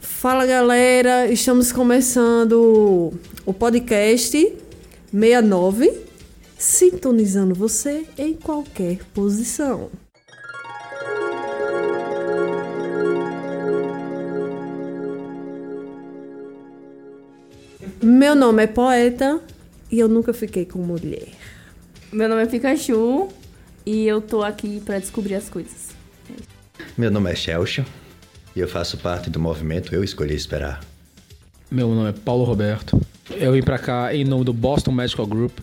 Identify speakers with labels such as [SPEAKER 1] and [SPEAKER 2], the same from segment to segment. [SPEAKER 1] Fala galera, estamos começando o podcast 69, sintonizando você em qualquer posição. Meu nome é Poeta e eu nunca fiquei com mulher.
[SPEAKER 2] Meu nome é Pikachu e eu tô aqui pra descobrir as coisas.
[SPEAKER 3] Meu nome é Chelsea e eu faço parte do movimento Eu Escolhi Esperar.
[SPEAKER 4] Meu nome é Paulo Roberto. Eu vim pra cá em nome do Boston Medical Group,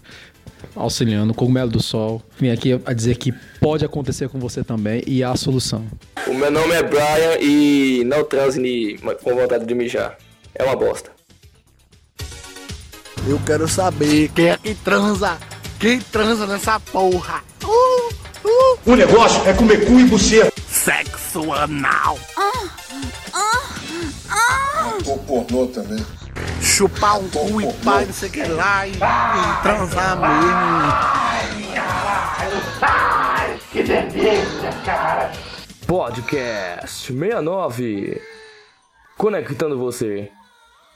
[SPEAKER 4] auxiliando o Cogumelo do Sol. Vim aqui a dizer que pode acontecer com você também e há solução.
[SPEAKER 5] O meu nome é Brian e não transne com vontade de mijar. É uma bosta.
[SPEAKER 6] Eu quero saber quem é que transa. Quem transa nessa porra? Uh, uh.
[SPEAKER 7] O negócio é comer cu e buceta.
[SPEAKER 6] Sexo anal.
[SPEAKER 7] Tô pornô também.
[SPEAKER 6] Chupar um cu e pai, não sei o que lá. E, e transar mesmo.
[SPEAKER 8] Podcast 69 Conectando você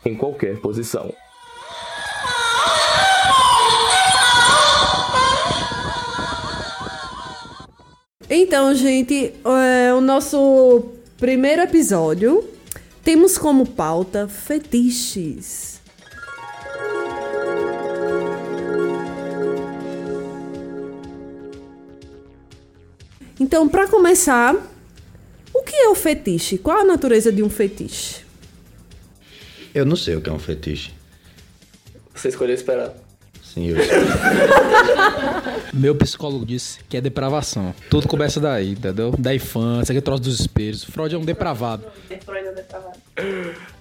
[SPEAKER 8] em qualquer posição.
[SPEAKER 1] Então, gente, é, o nosso primeiro episódio temos como pauta fetiches. Então, para começar, o que é o fetiche? Qual a natureza de um fetiche?
[SPEAKER 3] Eu não sei o que é um fetiche.
[SPEAKER 5] Você escolheu esperar.
[SPEAKER 3] Sim, eu escolhi.
[SPEAKER 4] Meu psicólogo disse que é depravação. Tudo começa daí, entendeu? Da infância, que é troço dos espelhos. Freud é um depravado.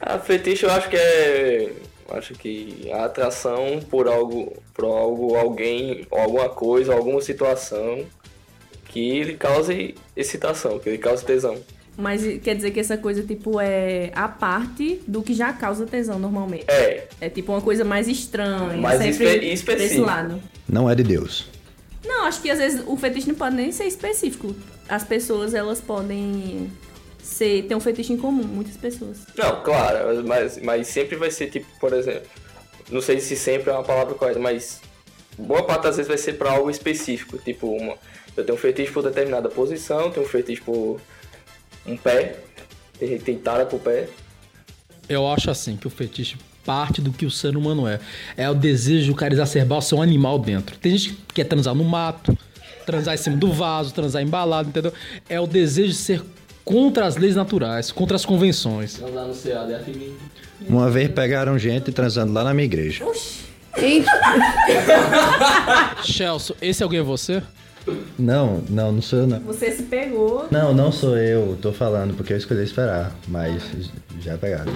[SPEAKER 5] A Ah, fetiche eu acho que é. Acho que a atração por algo, por algo, alguém, alguma coisa, alguma situação que lhe cause excitação, que lhe cause tesão.
[SPEAKER 2] Mas quer dizer que essa coisa, tipo, é a parte do que já causa tesão normalmente.
[SPEAKER 5] É,
[SPEAKER 2] É tipo uma coisa mais estranha,
[SPEAKER 5] Mais espe-
[SPEAKER 2] sempre
[SPEAKER 5] específica.
[SPEAKER 2] pra esse lado.
[SPEAKER 3] Não é de Deus.
[SPEAKER 2] Não, acho que às vezes o fetiche não pode nem ser específico. As pessoas, elas podem ser, ter um fetiche em comum, muitas pessoas.
[SPEAKER 5] Não, claro, mas, mas sempre vai ser tipo, por exemplo, não sei se sempre é uma palavra correta, mas boa parte das vezes vai ser pra algo específico, tipo uma, eu tenho um fetiche por determinada posição, tenho um fetiche por um pé, tem gente que tem tara pro pé.
[SPEAKER 4] Eu acho assim que o fetiche parte do que o ser humano é. É o desejo do cara exacerbar o seu animal dentro. Tem gente que quer transar no mato, transar em cima do vaso, transar embalado, entendeu? É o desejo de ser contra as leis naturais, contra as convenções.
[SPEAKER 3] Uma vez pegaram gente transando lá na minha igreja.
[SPEAKER 1] Em-
[SPEAKER 4] Chelsea, esse alguém é você?
[SPEAKER 3] Não, não, não sou eu não.
[SPEAKER 2] Você se pegou.
[SPEAKER 3] Não, não sou eu, tô falando, porque eu escolhi esperar, mas já é pegaram.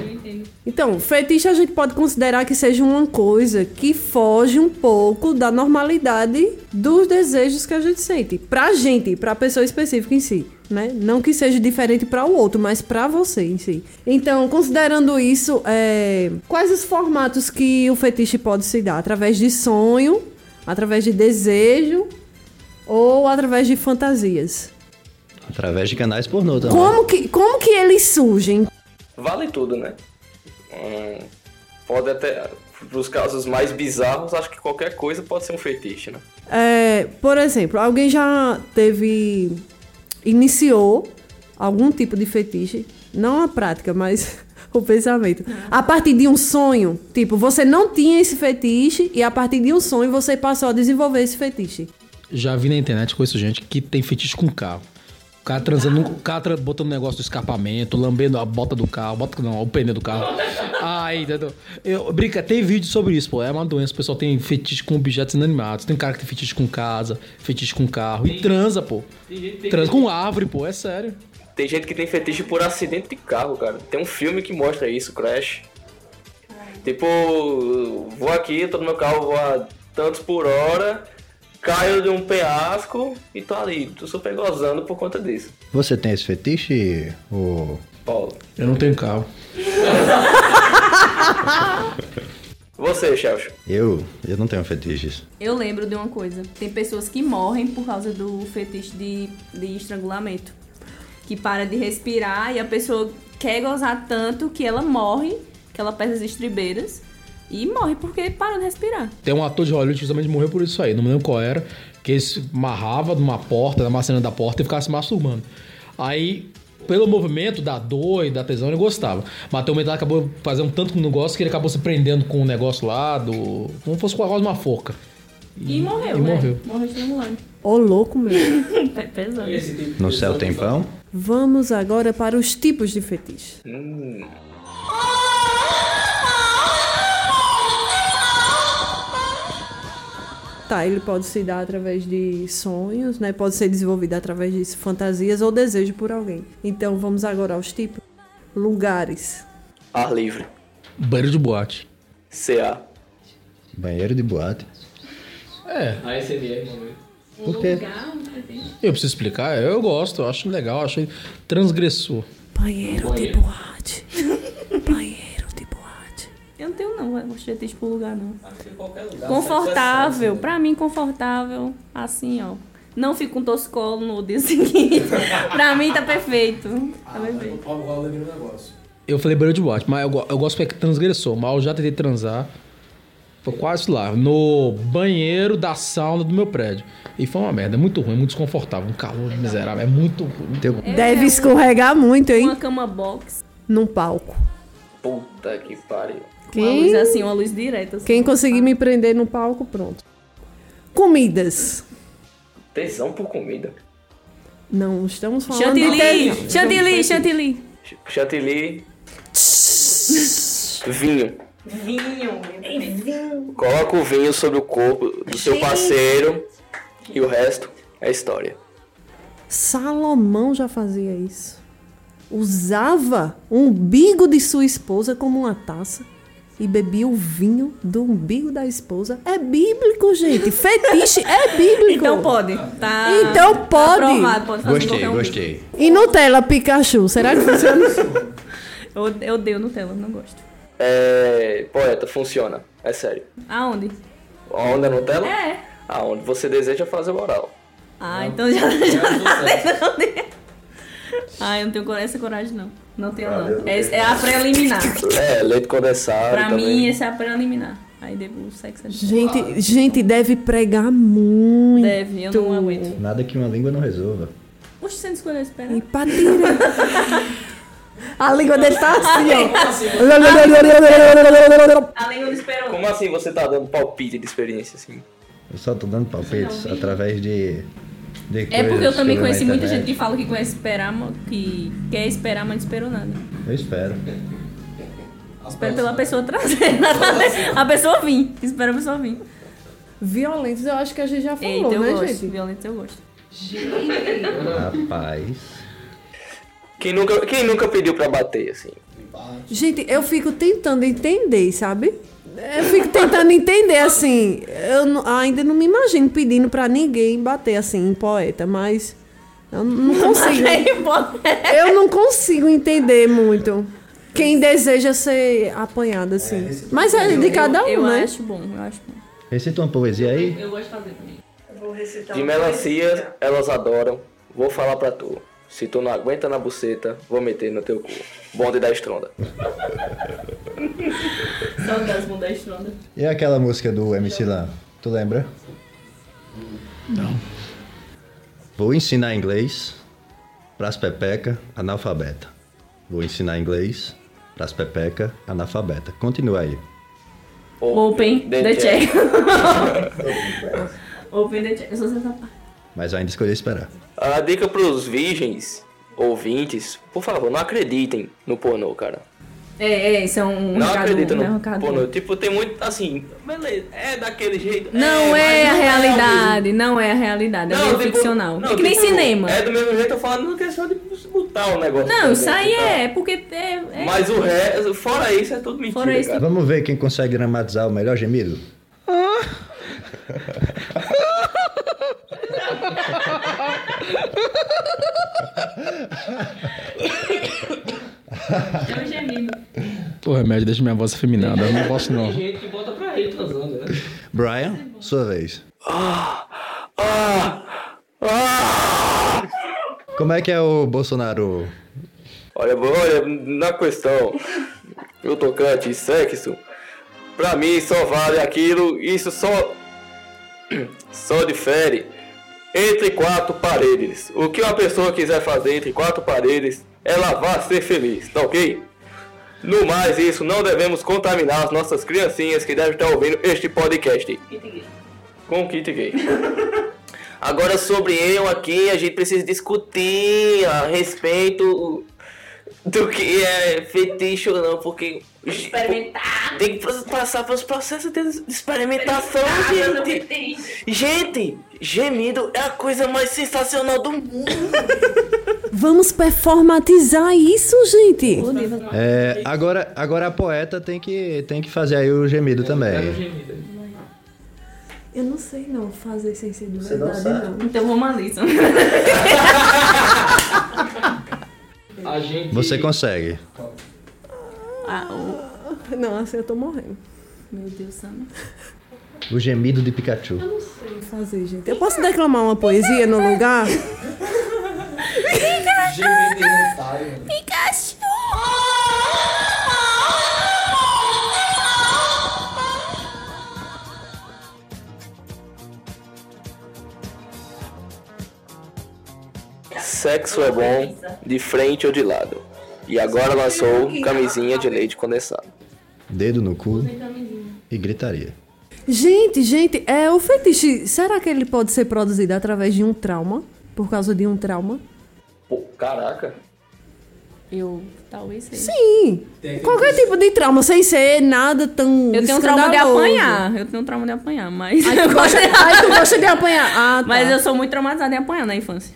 [SPEAKER 1] Então, fetiche a gente pode considerar que seja uma coisa que foge um pouco da normalidade dos desejos que a gente sente. Pra gente, pra pessoa específica em si, né? Não que seja diferente pra o outro, mas pra você em si. Então, considerando isso, é, quais os formatos que o fetiche pode se dar? Através de sonho, através de desejo ou através de fantasias?
[SPEAKER 3] Através de canais pornô também.
[SPEAKER 1] Como que, como que eles surgem?
[SPEAKER 5] Vale tudo, né? Hum, pode até, pros casos mais bizarros, acho que qualquer coisa pode ser um fetiche, né?
[SPEAKER 1] É, por exemplo, alguém já teve. iniciou algum tipo de fetiche, não a prática, mas o pensamento. A partir de um sonho, tipo, você não tinha esse fetiche e a partir de um sonho você passou a desenvolver esse fetiche.
[SPEAKER 4] Já vi na internet, conheço gente que tem fetiche com carro. O cara transando, o cara tra- botando um negócio do escapamento, lambendo a bota do carro, bota não, o pneu do carro. Ai, entendeu? Eu, brinca, tem vídeo sobre isso, pô. É uma doença, o pessoal tem fetiche com objetos inanimados. Tem cara que tem fetiche com casa, fetiche com carro. E transa, pô. Transa com árvore, pô, é sério.
[SPEAKER 5] Tem gente que tem fetiche por acidente de carro, cara. Tem um filme que mostra isso, Crash. Tipo, vou aqui, tô no meu carro, vou a tantos por hora, caio de um penhasco e tô ali, tô super gozando por conta disso.
[SPEAKER 3] Você tem esse fetiche, ô
[SPEAKER 5] Paulo.
[SPEAKER 4] Eu não tenho carro.
[SPEAKER 5] Você, Chelsea.
[SPEAKER 3] Eu, eu não tenho fetiches.
[SPEAKER 2] Eu lembro de uma coisa. Tem pessoas que morrem por causa do fetiche de, de estrangulamento. Que para de respirar e a pessoa quer gozar tanto que ela morre, que ela perde as estribeiras e morre porque parou de respirar.
[SPEAKER 4] Tem um ator de Hollywood que justamente morreu por isso aí, não me lembro qual era, que ele se amarrava numa porta, na maçana da porta e ficava se masturbando. Aí, pelo movimento da dor e da tesão, ele gostava. Mas tem um momento lá que acabou fazendo tanto que não gosta que ele acabou se prendendo com um negócio lá do. como se fosse com a roda de uma forca.
[SPEAKER 2] E, morreu,
[SPEAKER 4] e
[SPEAKER 2] né?
[SPEAKER 4] morreu.
[SPEAKER 2] Morreu estimulando.
[SPEAKER 1] Ô, louco, meu.
[SPEAKER 2] É pesado.
[SPEAKER 3] No céu tem pão?
[SPEAKER 1] Vamos agora para os tipos de fetiche. Tá, ele pode se dar através de sonhos, né? Pode ser desenvolvido através de fantasias ou desejo por alguém. Então vamos agora aos tipos. Lugares.
[SPEAKER 5] Ar livre.
[SPEAKER 4] Banheiro de boate.
[SPEAKER 5] CA.
[SPEAKER 3] Banheiro de boate.
[SPEAKER 4] É,
[SPEAKER 3] Por
[SPEAKER 2] Um
[SPEAKER 3] quê?
[SPEAKER 4] eu preciso explicar, eu gosto, eu acho legal, eu acho transgressor.
[SPEAKER 1] Banheiro, de boate. Banheiro de boate.
[SPEAKER 2] Eu não tenho não, eu gostei de ter tipo lugar não. Confortável, pra mim confortável, assim ó. Não fico com toscolo no dia seguinte. pra mim tá perfeito. Tá perfeito.
[SPEAKER 4] Eu falei banheiro de boate, mas eu, go- eu gosto porque é transgressor, mas eu já tentei transar. Foi quase lá, no banheiro da sauna do meu prédio. E foi uma merda, é muito ruim, muito desconfortável, um calor miserável, é muito ruim. É.
[SPEAKER 3] Teu
[SPEAKER 1] Deve escorregar muito, hein?
[SPEAKER 2] Uma cama box,
[SPEAKER 1] Num palco.
[SPEAKER 5] Puta que pariu.
[SPEAKER 2] uma
[SPEAKER 1] Quem-
[SPEAKER 2] luz assim, uma luz direta. assim.
[SPEAKER 1] Quem conseguir me prender no palco, pronto. Comidas.
[SPEAKER 5] Tesão por comida.
[SPEAKER 1] Não estamos falando de
[SPEAKER 2] Chantilly,
[SPEAKER 1] tesão. então,
[SPEAKER 2] chantilly, chantilly.
[SPEAKER 5] Chantilly. vinho.
[SPEAKER 2] É
[SPEAKER 5] Vinho. Coloca o vinho sobre o corpo do seu parceiro e o resto é história.
[SPEAKER 1] Salomão já fazia isso. Usava o umbigo de sua esposa como uma taça e bebia o vinho do umbigo da esposa. É bíblico, gente. Fetiche é bíblico.
[SPEAKER 2] Então pode. Tá.
[SPEAKER 1] Então
[SPEAKER 2] Tá
[SPEAKER 1] pode.
[SPEAKER 2] aprovado, pode fazer
[SPEAKER 3] Gostei,
[SPEAKER 2] qualquer um.
[SPEAKER 3] gostei.
[SPEAKER 1] E Nutella, Pikachu. Será que funciona?
[SPEAKER 2] Eu, eu odeio Nutella, não gosto.
[SPEAKER 5] É. Poeta, funciona. É sério.
[SPEAKER 2] Aonde?
[SPEAKER 5] A onda Nutella?
[SPEAKER 2] É.
[SPEAKER 5] Aonde você deseja fazer o oral.
[SPEAKER 2] Ah, então já, já Ah, eu não tenho cor- essa coragem não. Não tenho não. É, é a preliminar.
[SPEAKER 5] É, leite condensado
[SPEAKER 2] Pra
[SPEAKER 5] também.
[SPEAKER 2] mim, essa é a preliminar. Aí depois o sexo é
[SPEAKER 1] gente, gente, deve pregar muito.
[SPEAKER 2] Deve, eu não aguento.
[SPEAKER 3] Nada que uma língua não resolva.
[SPEAKER 2] Oxe, você não escolheu esperar.
[SPEAKER 1] E pra direita. A língua dele tá assim, ó.
[SPEAKER 2] Além do espero.
[SPEAKER 5] Como assim você tá dando palpite de experiência assim?
[SPEAKER 3] Eu só tô dando palpites através de. de
[SPEAKER 2] É porque eu
[SPEAKER 3] coisas
[SPEAKER 2] também
[SPEAKER 3] que eu vi
[SPEAKER 2] conheci
[SPEAKER 3] na
[SPEAKER 2] muita
[SPEAKER 3] internet.
[SPEAKER 2] gente que fala que conhece esperar, mo- que quer esperar, mas não esperou nada.
[SPEAKER 3] Eu espero.
[SPEAKER 2] Espero pela pessoa trazer. a pessoa vir. Espero a pessoa vir.
[SPEAKER 1] Violentos, eu acho que a gente já falou,
[SPEAKER 2] Eita, eu
[SPEAKER 1] Tá né,
[SPEAKER 2] gosto.
[SPEAKER 1] gente?
[SPEAKER 2] Violento eu gosto.
[SPEAKER 3] Rapaz.
[SPEAKER 5] Quem nunca, quem nunca pediu pra bater, assim?
[SPEAKER 1] Gente, eu fico tentando entender, sabe? Eu fico tentando entender, assim. Eu não- ainda não me imagino pedindo pra ninguém bater assim em poeta, mas eu não consigo.
[SPEAKER 2] Aí, bota-
[SPEAKER 1] eu não consigo entender muito. Quem deseja ser apanhado assim. Mas é de cada um,
[SPEAKER 2] eu
[SPEAKER 1] né?
[SPEAKER 2] acho bom, eu acho bom.
[SPEAKER 3] Recita uma poesia aí?
[SPEAKER 2] Eu gosto de fazer também.
[SPEAKER 5] De melancia, elas adoram. Vou falar pra tu. Se tu não aguenta na buceta, vou meter no teu cu. Bonde da estronda.
[SPEAKER 2] Saudades mudar a estronda.
[SPEAKER 3] E aquela música do MC Lan? Tu lembra? Não. Vou ensinar inglês pras pepeca analfabeta. Vou ensinar inglês pras pepeca analfabeta. Continua aí.
[SPEAKER 2] Open
[SPEAKER 5] The
[SPEAKER 2] the
[SPEAKER 5] check.
[SPEAKER 2] check. Open the check. Eu só sei essa parte.
[SPEAKER 3] Mas eu ainda escolhi esperar.
[SPEAKER 5] A dica pros virgens, ouvintes, por favor, não acreditem no pornô, cara.
[SPEAKER 2] É, é, isso é um
[SPEAKER 5] Não
[SPEAKER 2] recado-
[SPEAKER 5] acreditem
[SPEAKER 2] né, um
[SPEAKER 5] no
[SPEAKER 2] recado.
[SPEAKER 5] pornô. Tipo, tem muito, assim, beleza, é daquele jeito.
[SPEAKER 2] Não é, a
[SPEAKER 5] mas não é o mesmo.
[SPEAKER 2] realidade, não é a realidade, é meio
[SPEAKER 5] tipo,
[SPEAKER 2] ficcional.
[SPEAKER 5] não,
[SPEAKER 2] é que nem
[SPEAKER 5] tipo,
[SPEAKER 2] cinema.
[SPEAKER 5] É do mesmo jeito eu falo na questão de botar o negócio. pra
[SPEAKER 2] Não, isso
[SPEAKER 5] dentro
[SPEAKER 2] aí
[SPEAKER 5] e tal.
[SPEAKER 2] é, é porque é, é-
[SPEAKER 5] Mas o resto, fora isso, é tudo mentira,
[SPEAKER 2] Fora isso,
[SPEAKER 5] cara.
[SPEAKER 3] Vamos ver quem consegue dramatizar o melhor gemido?
[SPEAKER 2] é um gemido.
[SPEAKER 4] O remédio deixa minha voz afeminada, eu não posso não.
[SPEAKER 3] Brian, sua vez.
[SPEAKER 5] "Ah,
[SPEAKER 3] Como é que é o Bolsonaro
[SPEAKER 5] Olha, olha, na questão do tocante sexo, pra mim só vale aquilo, isso só só difere entre quatro paredes. O que uma pessoa quiser fazer entre quatro paredes, ela vai ser feliz, tá ok? No mais, isso não devemos contaminar as nossas criancinhas que devem estar ouvindo este podcast. Com kit gay. Agora sobre eu aqui, a gente precisa discutir a respeito do que é fetiche ou não, porque
[SPEAKER 2] Experimentar.
[SPEAKER 5] tem que passar pelos processos de experimentação, gente. Gente, gemido é a coisa mais sensacional do mundo.
[SPEAKER 1] Vamos performatizar isso, gente.
[SPEAKER 3] É, agora, agora a poeta tem que, tem que fazer aí o gemido também.
[SPEAKER 1] Eu não sei não fazer sem ser de
[SPEAKER 3] não
[SPEAKER 1] verdade,
[SPEAKER 3] sabe?
[SPEAKER 1] não.
[SPEAKER 2] Então vamos a Lisa.
[SPEAKER 8] A gente.
[SPEAKER 3] Você consegue.
[SPEAKER 2] Ah, o-
[SPEAKER 1] Não, assim eu tô morrendo.
[SPEAKER 2] Meu Deus, Sam.
[SPEAKER 3] O gemido de Pikachu.
[SPEAKER 1] Vou fazer, gente. Eu posso declamar uma poesia no lugar?
[SPEAKER 5] Sexo é bom de frente ou de lado. E agora lançou camisinha de leite condensado.
[SPEAKER 3] Dedo no cu e gritaria.
[SPEAKER 1] Gente, gente, é o fetiche. Será que ele pode ser produzido através de um trauma? Por causa de um trauma?
[SPEAKER 5] Pô, caraca.
[SPEAKER 2] Eu talvez seja.
[SPEAKER 1] Sim. Qualquer tipo de trauma, sem ser nada tão.
[SPEAKER 2] Eu tenho um trauma de
[SPEAKER 1] escandaloso.
[SPEAKER 2] apanhar. Eu tenho um trauma de apanhar, mas.
[SPEAKER 1] Aí tu gosta, aí tu gosta de apanhar. Ah, tá.
[SPEAKER 2] Mas eu sou muito traumatizada em apanhar na infância.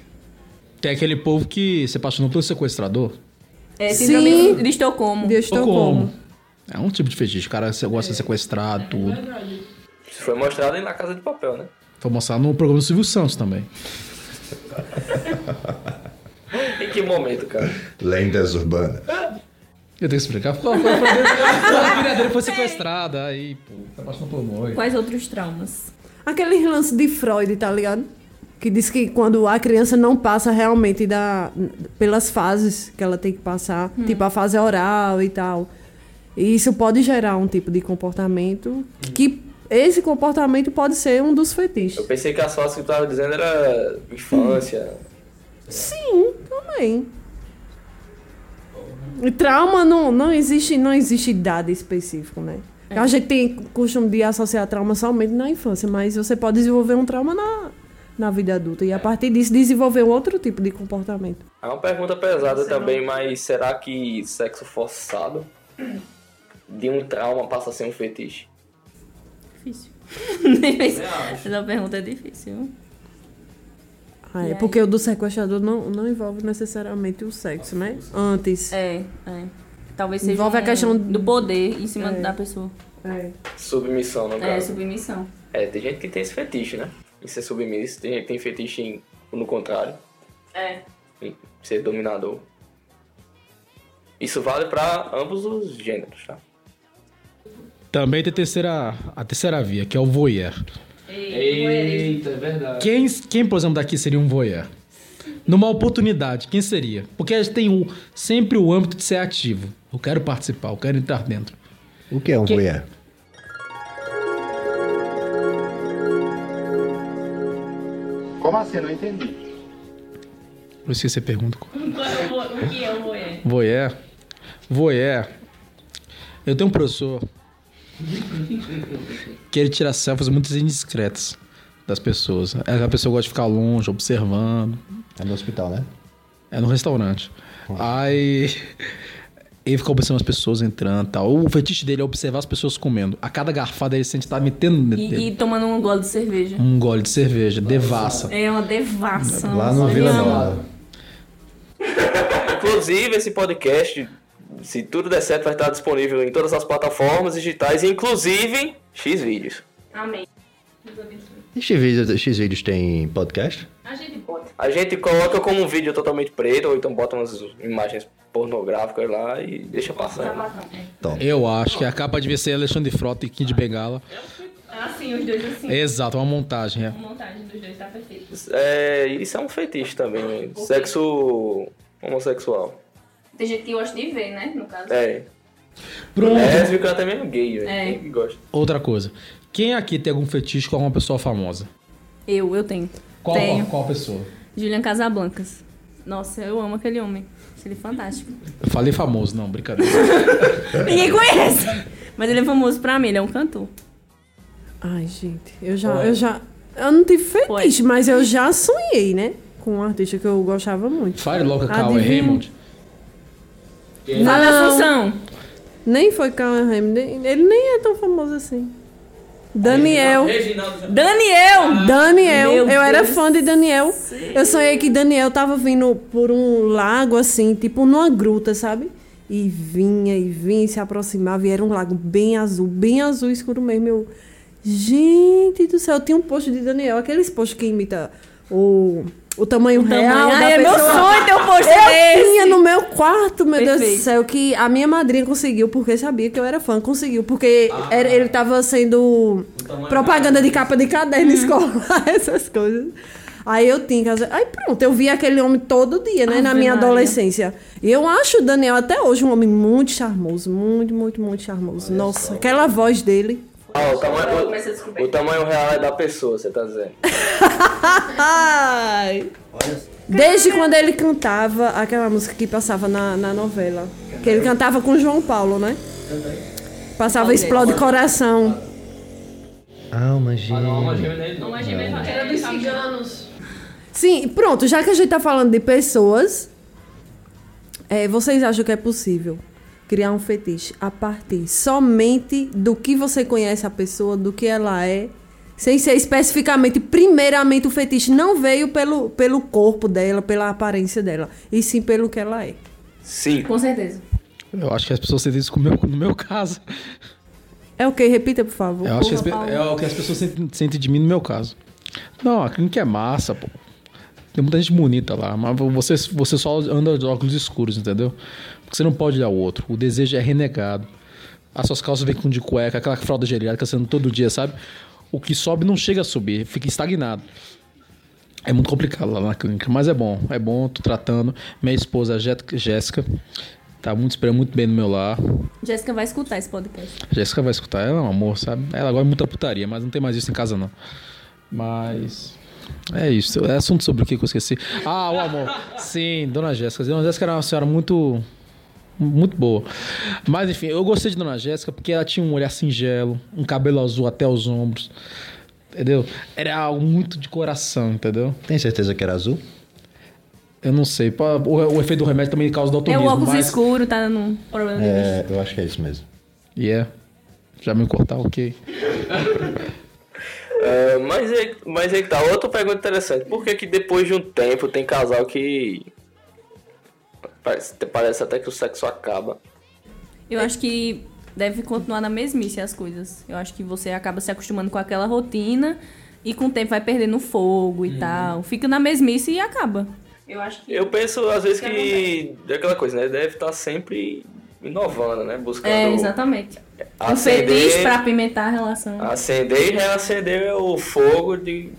[SPEAKER 4] Tem aquele povo que se apaixonou pelo sequestrador.
[SPEAKER 2] É
[SPEAKER 1] Sim.
[SPEAKER 2] síndrome de Estocolmo.
[SPEAKER 1] De Estocolmo.
[SPEAKER 4] É um tipo de fetiche. O cara se- gosta de ser sequestrado, tudo.
[SPEAKER 5] Isso foi mostrado aí na Casa de Papel, né?
[SPEAKER 4] Foi mostrar no programa do Silvio Santos também.
[SPEAKER 5] Em que momento, cara?
[SPEAKER 3] Lendas urbanas.
[SPEAKER 4] Eu tenho que explicar. Qual foi o problema? A filha dele foi sequestrada. Aí, pô, tá se apaixonou pelo Moi.
[SPEAKER 2] Quais outros traumas?
[SPEAKER 1] Aquele lance de Freud, tá ligado? Que diz que quando a criança não passa realmente da, pelas fases que ela tem que passar, tipo a fase oral e tal. E isso pode gerar um tipo de comportamento que esse comportamento pode ser um dos fetiches.
[SPEAKER 5] Eu pensei que as fotos que tu tava dizendo era infância.
[SPEAKER 1] Sim, também. E Trauma não, não existe não existe idade específica, né?
[SPEAKER 2] É.
[SPEAKER 1] A gente tem costume de associar trauma somente na infância, mas você pode desenvolver um trauma na, na vida adulta e a partir disso desenvolver um outro tipo de comportamento.
[SPEAKER 5] É uma pergunta pesada também, mas será que sexo forçado de um trauma passa a ser um fetiche?
[SPEAKER 2] Difícil. Difícil. Essa pergunta é difícil.
[SPEAKER 1] Ah,
[SPEAKER 2] E
[SPEAKER 1] é
[SPEAKER 2] aí?
[SPEAKER 1] porque o do sequestrador não, não envolve necessariamente o sexo, né? Antes.
[SPEAKER 2] É, é. Talvez seja um
[SPEAKER 1] Envolve a questão
[SPEAKER 2] do poder em cima
[SPEAKER 1] É.
[SPEAKER 2] da pessoa.
[SPEAKER 1] É.
[SPEAKER 5] Submissão, no
[SPEAKER 2] É,
[SPEAKER 5] caso.
[SPEAKER 2] submissão.
[SPEAKER 5] É, tem gente que tem esse fetiche, né? Em ser submisso, tem gente que tem fetiche em, no contrário,
[SPEAKER 2] É.
[SPEAKER 5] em ser dominador. Isso vale pra ambos os gêneros, tá?
[SPEAKER 4] Também tem a terceira, a terceira via, que é o voyeur.
[SPEAKER 8] Eita, é verdade.
[SPEAKER 4] Quem, quem, por exemplo, daqui seria um voyeur? Numa oportunidade, quem seria? Porque a gente tem o, sempre o âmbito de ser ativo. Eu quero participar, eu quero entrar dentro.
[SPEAKER 3] O que é um
[SPEAKER 4] Que-
[SPEAKER 3] voyeur?
[SPEAKER 7] Como assim? Não entendi.
[SPEAKER 4] Eu esqueci a pergunta.
[SPEAKER 2] O que eu vou é?
[SPEAKER 4] Voyeur. Voyeur. Eu tenho um professor que ele tira selfies muito indiscretas das pessoas. É que A pessoa gosta de ficar longe, observando.
[SPEAKER 3] É no hospital, né?
[SPEAKER 4] É no restaurante. Aí ele fica observando as pessoas entrando e tal. O fetiche dele é observar as pessoas comendo. A cada garfada ele sente que tá metendo no dedo
[SPEAKER 2] E,
[SPEAKER 4] dele.
[SPEAKER 2] e tomando um gole de cerveja.
[SPEAKER 4] um gole de cerveja, devassa.
[SPEAKER 2] É uma devassa.
[SPEAKER 3] Lá no
[SPEAKER 2] nossa,
[SPEAKER 3] Vila
[SPEAKER 2] eu amo.
[SPEAKER 3] Nova.
[SPEAKER 5] Inclusive, esse podcast, se tudo der certo, vai estar disponível em todas as plataformas digitais, inclusive Xvideos.
[SPEAKER 2] Amém.
[SPEAKER 3] E X-Vídeos X-Vídeos tem podcast?
[SPEAKER 2] A gente bota.
[SPEAKER 5] A gente coloca como um vídeo totalmente preto, ou então bota umas imagens pornográficas lá e deixa passar.
[SPEAKER 3] Top.
[SPEAKER 4] Eu acho que a capa devia ser Alexandre Frota e Kid Bengala.
[SPEAKER 2] Ah, sim, os dois assim.
[SPEAKER 4] Exato, uma montagem. É.
[SPEAKER 2] A montagem dos dois tá perfeita.
[SPEAKER 5] É, isso é um feitiço também, né? Sexo homossexual.
[SPEAKER 2] Tem gente que gosta de ver, né? No caso.
[SPEAKER 5] É.
[SPEAKER 4] Pronto.
[SPEAKER 5] Lésbico até mesmo gay, velho.
[SPEAKER 2] É.
[SPEAKER 5] Quem que gosta?
[SPEAKER 4] Outra coisa. Quem aqui tem algum fetiche com alguma pessoa famosa?
[SPEAKER 2] Eu, eu tenho.
[SPEAKER 4] Qual,
[SPEAKER 2] tenho.
[SPEAKER 4] qual pessoa?
[SPEAKER 2] Julian Casablancas. Nossa, eu amo aquele homem. Acho ele é fantástico.
[SPEAKER 4] Eu falei famoso, não, brincadeira.
[SPEAKER 2] Ninguém conhece. Mas ele é famoso pra mim, ele é um cantor.
[SPEAKER 1] Ai, gente, eu já, eu já. Eu não tive fetiche, mas eu já sonhei, né? Com um artista que eu gostava muito.
[SPEAKER 4] Fire Loca Cauê
[SPEAKER 1] Adivinha?
[SPEAKER 4] Raymond.
[SPEAKER 2] Fala a
[SPEAKER 1] É. Não.
[SPEAKER 2] função.
[SPEAKER 1] Nem foi Carl Hamilton. Ele nem é tão famoso assim. Daniel.
[SPEAKER 8] Reginaldo já.
[SPEAKER 2] Daniel!
[SPEAKER 1] Daniel,
[SPEAKER 2] Meu
[SPEAKER 1] eu era
[SPEAKER 2] Deus
[SPEAKER 1] fã de Daniel. Eu sonhei que Daniel tava vindo por um lago assim, tipo numa gruta, sabe? E vinha e vinha, e se aproximava, e era um lago bem azul, bem azul escuro mesmo. Eu, gente do céu, tinha um posto de Daniel, aqueles postos que imita o, o tamanho real.
[SPEAKER 2] Ai,
[SPEAKER 1] da
[SPEAKER 2] é meu
[SPEAKER 1] pessoa.
[SPEAKER 2] sonho ter um post
[SPEAKER 1] Eu
[SPEAKER 2] desse.
[SPEAKER 1] tinha no meu quarto, meu Deus
[SPEAKER 2] Perfeito.
[SPEAKER 1] do céu, que a minha madrinha conseguiu, porque sabia que eu era fã, conseguiu, porque era- ele tava sendo propaganda de capa de caderno escolar, essas coisas. Aí eu tinha em casa. Aí pronto, eu via aquele homem todo dia, né?
[SPEAKER 2] Ave
[SPEAKER 1] na minha
[SPEAKER 2] Maria.
[SPEAKER 1] adolescência. E eu acho o Daniel até hoje um homem muito charmoso. Muito, muito, muito charmoso. Nossa, aquela voz dele.
[SPEAKER 5] Ah, o tamanho,
[SPEAKER 2] comecei a descobrir.
[SPEAKER 5] o, o tamanho real é da pessoa, você tá dizendo.
[SPEAKER 1] Ai! Desde quando ele cantava aquela música que passava na, na novela. Que ele cantava com o João Paulo, né? Passava Explode Coração.
[SPEAKER 3] Alma gêmea.
[SPEAKER 2] Uma gêmea era dos ciganos.
[SPEAKER 1] Sim, pronto, já que a gente tá falando de pessoas, é, vocês acham que é possível criar um fetiche a partir somente do que você conhece a pessoa, do que ela é, sem ser especificamente, primeiramente o fetiche não veio pelo, pelo corpo dela, pela aparência dela, e sim pelo que ela é.
[SPEAKER 5] Sim.
[SPEAKER 2] Com certeza.
[SPEAKER 4] Eu acho que as pessoas sentem isso com o meu, no meu caso.
[SPEAKER 1] É o que? Repita, por favor.
[SPEAKER 4] Eu acho que as, pe-
[SPEAKER 2] Paulo.
[SPEAKER 4] é o que as pessoas sentem, sentem de mim no meu caso. Não, a clínica é massa, pô. Tem muita gente bonita lá, mas você, você só anda de óculos escuros, entendeu? Porque você não pode olhar o outro. O desejo é renegado. As suas calças vêm com de cueca, aquela fralda geriátrica sendo todo dia, sabe? O que sobe não chega a subir, fica estagnado. É muito complicado lá na clínica, mas é bom. É bom, tô tratando. Minha esposa, a Jé- Jéssica, tá muito, esperando muito bem no meu lar.
[SPEAKER 2] Jéssica vai escutar esse podcast.
[SPEAKER 4] A Jéssica vai escutar, ela é um amor, sabe? Ela agora é muita putaria, mas não tem mais isso em casa, não. Mas. É isso. É assunto sobre o que que eu esqueci. Ah, o amor. Sim, Dona Jéssica. Dona Jéssica era uma senhora muito. Muito boa. Mas enfim, eu gostei de Dona Jéssica porque ela tinha um olhar singelo, um cabelo azul até os ombros. Entendeu? Era algo muito de coração, entendeu?
[SPEAKER 3] Tem certeza que era azul?
[SPEAKER 4] Eu não sei. pô, O, o efeito do remédio também
[SPEAKER 2] É
[SPEAKER 4] causa daltonismo.
[SPEAKER 2] o óculos
[SPEAKER 4] mas...
[SPEAKER 2] escuro, tá dando problema de vista.
[SPEAKER 3] É, eu acho que é isso mesmo.
[SPEAKER 4] Yeah. Já me cortar, ok.
[SPEAKER 5] É, mas, é, mas é que tá. Outra pergunta interessante. Por que que depois de um tempo tem casal que... Parece, parece até que o sexo acaba.
[SPEAKER 2] Eu acho que deve continuar na mesmice as coisas. Eu acho que você acaba se acostumando com aquela rotina e com o tempo vai perdendo fogo e tal. Fica na mesmice e acaba. Eu acho que.
[SPEAKER 5] Eu penso, às vezes, que... É aquela coisa, né? Deve estar sempre inovando, né? Buscando...
[SPEAKER 2] É, exatamente. Um
[SPEAKER 5] acender-
[SPEAKER 2] feliz pra apimentar a relação.
[SPEAKER 5] Acender e reacender o fogo de,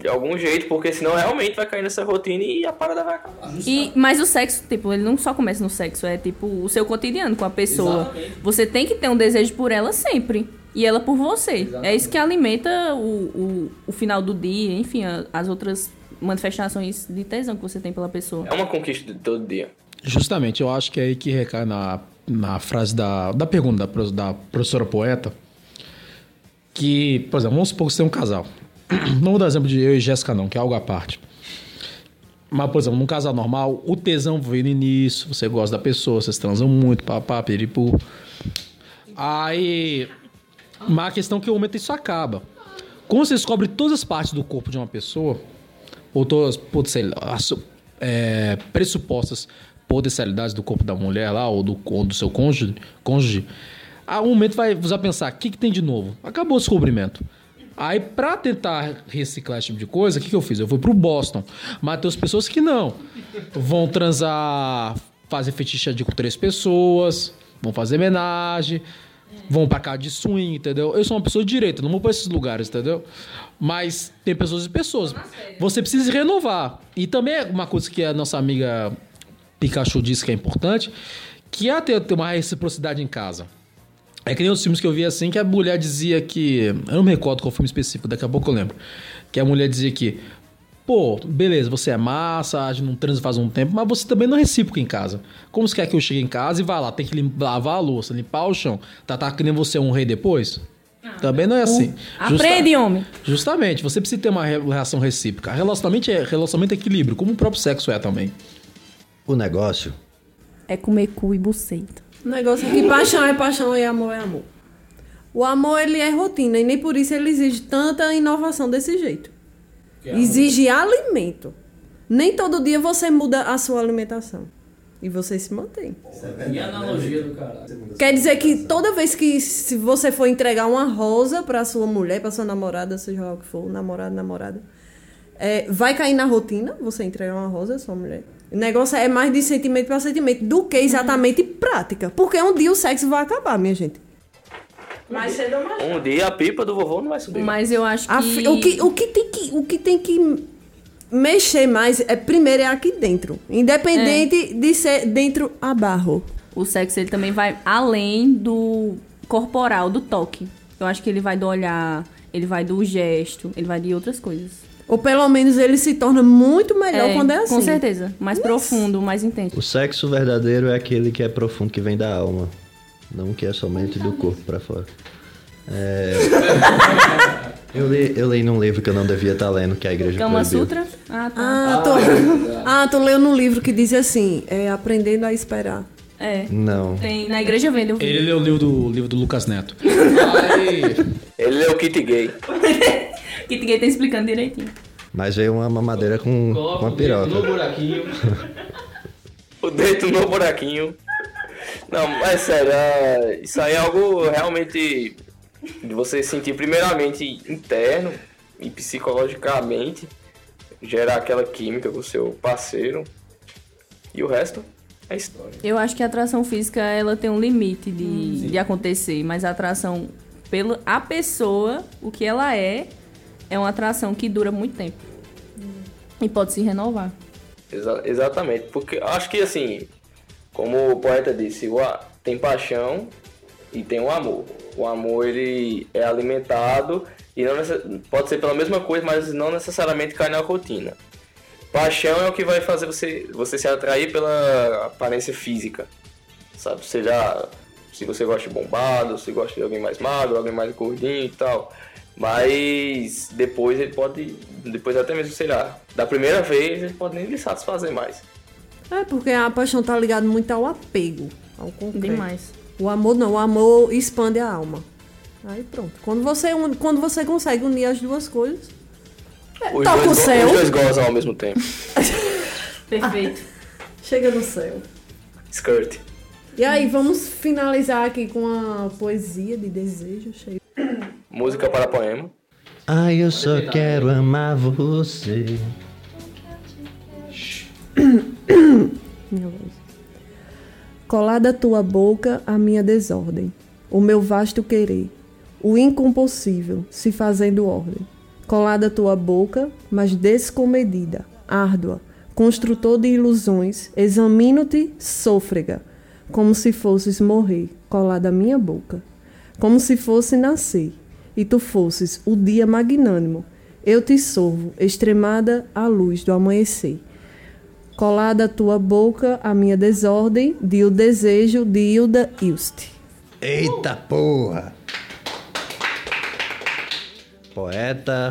[SPEAKER 5] de algum jeito, porque senão realmente vai cair nessa rotina e a parada vai acabar.
[SPEAKER 2] E, mas o sexo, tipo, ele não só começa no sexo, é tipo o seu cotidiano com a pessoa.
[SPEAKER 8] Exatamente.
[SPEAKER 2] Você tem que ter um desejo por ela sempre. E ela por você. É isso que alimenta o, o, o final do dia, enfim, a- as outras manifestações de tesão que você tem pela pessoa.
[SPEAKER 5] É uma conquista de todo dia.
[SPEAKER 4] Justamente, eu acho que é aí que recai na, na frase da, da pergunta da, pro- da professora poeta. Que, por exemplo, vamos supor que você tem um casal. Não vou dar um exemplo de eu e Jéssica, não, que é algo à parte. Mas, por exemplo, num casal normal, o tesão vem no início, você gosta da pessoa, vocês transam muito, papá, piripu. Aí. Mas a questão é que o momento isso acaba. Quando você descobre todas as partes do corpo de uma pessoa, ou todas, putz, sei lá, as, é, pressupostas potencialidades do corpo da mulher lá, ou do, ou do seu cônjuge, cônjuge, a um momento vai já pensar, o que, que tem de novo? Acabou o descobrimento. Aí, pra tentar reciclar esse tipo de coisa, o que, que eu fiz? Eu fui pro Boston. Mas tem as pessoas que não. Vão transar, fazer fetiche de com três pessoas, vão fazer homenagem, vão pra casa de swing, entendeu? Eu sou uma pessoa de direita, não vou pra esses lugares, entendeu? Mas tem pessoas e pessoas. Você precisa se renovar. E também é uma coisa que a nossa amiga Pikachu disse que é importante, que há ter, ter uma reciprocidade em casa. É que nem os filmes que eu vi assim, que a mulher dizia que. Eu não me recordo qual filme específico, daqui a pouco eu lembro. Que a mulher dizia que. Pô, beleza, você é massa, a gente não transa faz um tempo, mas você também não é recíproco em casa. Como você quer que eu chegue em casa e vá lá, tem que lim- lavar a louça, limpar o chão, tratar que nem você é um rei depois? também não é assim. Justa-
[SPEAKER 2] Aprende, homem.
[SPEAKER 4] Justamente, você precisa ter uma re- reação recíproca. Relacionamento é, relacionamento é equilíbrio, como o próprio sexo é também.
[SPEAKER 3] O negócio
[SPEAKER 2] É comer cu e buceita.
[SPEAKER 1] O negócio é que paixão é paixão e amor é amor. O amor, ele é rotina e nem por isso ele exige tanta inovação desse jeito.
[SPEAKER 4] é
[SPEAKER 1] Exige alimento. Nem todo dia você muda a sua alimentação. E você se mantém.
[SPEAKER 8] E a analogia do cara.
[SPEAKER 1] Quer dizer que toda vez que se você for entregar uma rosa pra sua mulher, pra sua namorada, seja lá o que for, namorado, namorada, é, vai cair na rotina você entregar uma rosa à sua mulher. O negócio é mais de sentimento pra sentimento do que exatamente prática. Porque um dia o sexo vai acabar, minha gente. Mas cedo ou mais
[SPEAKER 5] Um dia a pipa do vovô não vai subir.
[SPEAKER 2] Mas eu acho que.
[SPEAKER 1] a fi- o, que, o, que tem que, o que tem que mexer mais é primeiro é aqui dentro. Independente de ser dentro a barro.
[SPEAKER 2] O sexo ele também vai além do corporal, do toque. Eu acho que ele vai do olhar, ele vai do gesto, ele vai de outras coisas.
[SPEAKER 1] Ou pelo menos ele se torna muito melhor quando é assim.
[SPEAKER 2] Com certeza. Mais profundo, mais intenso.
[SPEAKER 3] O sexo verdadeiro é aquele que é profundo, que vem da alma. Não que é somente do corpo pra fora. É... eu, li, eu li num livro que eu não devia estar lendo, que a igreja
[SPEAKER 2] Kama
[SPEAKER 3] proibiu.
[SPEAKER 2] Sutra? Ah, tá.
[SPEAKER 1] Ah, tô, ah, tô lendo um livro que diz assim, é aprendendo a esperar.
[SPEAKER 2] É.
[SPEAKER 3] Não.
[SPEAKER 2] Tem, na igreja vende.
[SPEAKER 4] Ele leu o livro do, livro do Lucas Neto.
[SPEAKER 5] Ele é o kit gay.
[SPEAKER 2] Que ninguém tá explicando direitinho.
[SPEAKER 3] Mas veio uma mamadeira com
[SPEAKER 8] Coloca
[SPEAKER 3] uma
[SPEAKER 8] o dedo no
[SPEAKER 3] piroca.
[SPEAKER 8] buraquinho.
[SPEAKER 5] O dedo no buraquinho. Não, mas sério, é, isso aí é algo realmente de você sentir primeiramente interno e psicologicamente, gerar aquela química com o seu parceiro. E o resto é história.
[SPEAKER 2] Eu acho que a atração física ela tem um limite de, de acontecer, mas a atração pela a pessoa, o que ela é, é uma atração que dura muito tempo. E pode se renovar.
[SPEAKER 5] Exa- exatamente. Porque eu acho que assim, como o poeta disse, o a- tem paixão e tem o amor. O amor ele é alimentado e não necess- pode ser pela mesma coisa, mas não necessariamente cai na rotina. Paixão é o que vai fazer você, você se atrair pela aparência física. Sabe, seja se você gosta de bombado, se gosta de alguém mais magro, alguém mais gordinho e tal. Mas depois ele pode, depois até mesmo, sei lá, da primeira vez ele pode nem lhe satisfazer mais.
[SPEAKER 1] É, porque a paixão tá ligada muito ao apego, ao concreto.
[SPEAKER 2] Demais.
[SPEAKER 1] O amor não, o amor expande a alma. Aí pronto. Quando você, un- quando você consegue unir as duas coisas,
[SPEAKER 5] Os
[SPEAKER 1] Toca o
[SPEAKER 5] dois, go-
[SPEAKER 1] céu.
[SPEAKER 5] os dois gozam ao mesmo tempo.
[SPEAKER 2] Perfeito.
[SPEAKER 1] chega no céu.
[SPEAKER 5] Skirt.
[SPEAKER 1] E aí, vamos finalizar aqui com a poesia de desejo cheio.
[SPEAKER 5] Música para poema.
[SPEAKER 3] Ai, eu só quero amar você.
[SPEAKER 1] Minha voz. Colada à tua boca a minha desordem, o meu vasto querer, o incompossível se fazendo ordem. Colada à tua boca, mas descomedida, árdua, construtor de ilusões, examino-te sôfrega, como se fosses morrer, colada à minha boca, como se fosse nascer, e tu fosses o dia magnânimo. Eu te sorvo, extremada à luz do amanhecer. Colada à tua boca a minha desordem, de o desejo de Hilda Ilst.
[SPEAKER 3] Eita porra! Poeta.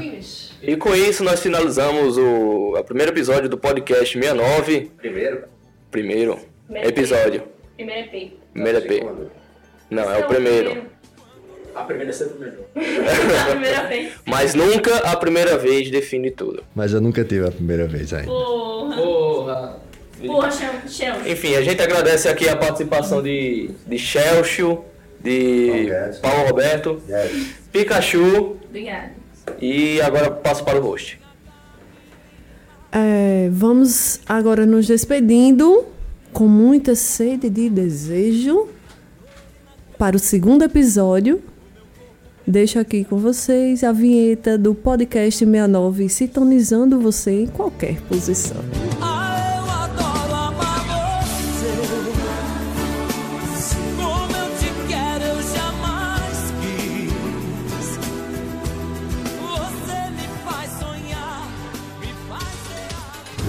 [SPEAKER 5] E com isso nós finalizamos o, o primeiro episódio do podcast 69. Primeiro? Primeiro. episódio.
[SPEAKER 2] é
[SPEAKER 5] Primeiro EP. Primeiro EP. Não, é o primeiro.
[SPEAKER 8] A primeira é sempre melhor.
[SPEAKER 2] Primeira é vez.
[SPEAKER 5] Mas nunca a primeira vez define tudo.
[SPEAKER 3] Mas eu nunca tive a primeira vez ainda.
[SPEAKER 2] Porra.
[SPEAKER 8] Porra.
[SPEAKER 2] Porra, Chel- Chelsea.
[SPEAKER 5] Enfim, a gente agradece aqui a participação de, de Chelsea, de Paulo Roberto, Pikachu
[SPEAKER 2] Obrigada.
[SPEAKER 5] e agora passo para o host.
[SPEAKER 1] É, vamos agora nos despedindo com muita sede de desejo para o segundo episódio. Deixo aqui com vocês a vinheta do podcast 69, sintonizando você em qualquer posição.
[SPEAKER 9] Ah, eu adoro amar você.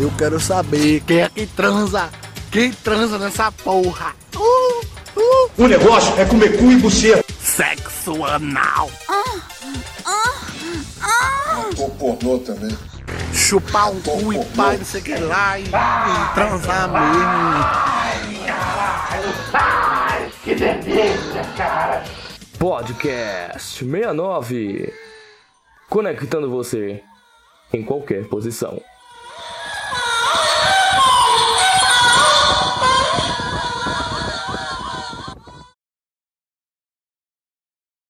[SPEAKER 6] Eu quero saber quem é que transa. Quem transa nessa porra? Uh, uh.
[SPEAKER 7] O negócio é comer cu e buceta.
[SPEAKER 6] Sexo anal.
[SPEAKER 7] O pornô também.
[SPEAKER 6] Chupar um cu e pai, não sei o que lá. E, e transar mesmo.
[SPEAKER 5] Podcast 69 Conectando você em qualquer posição.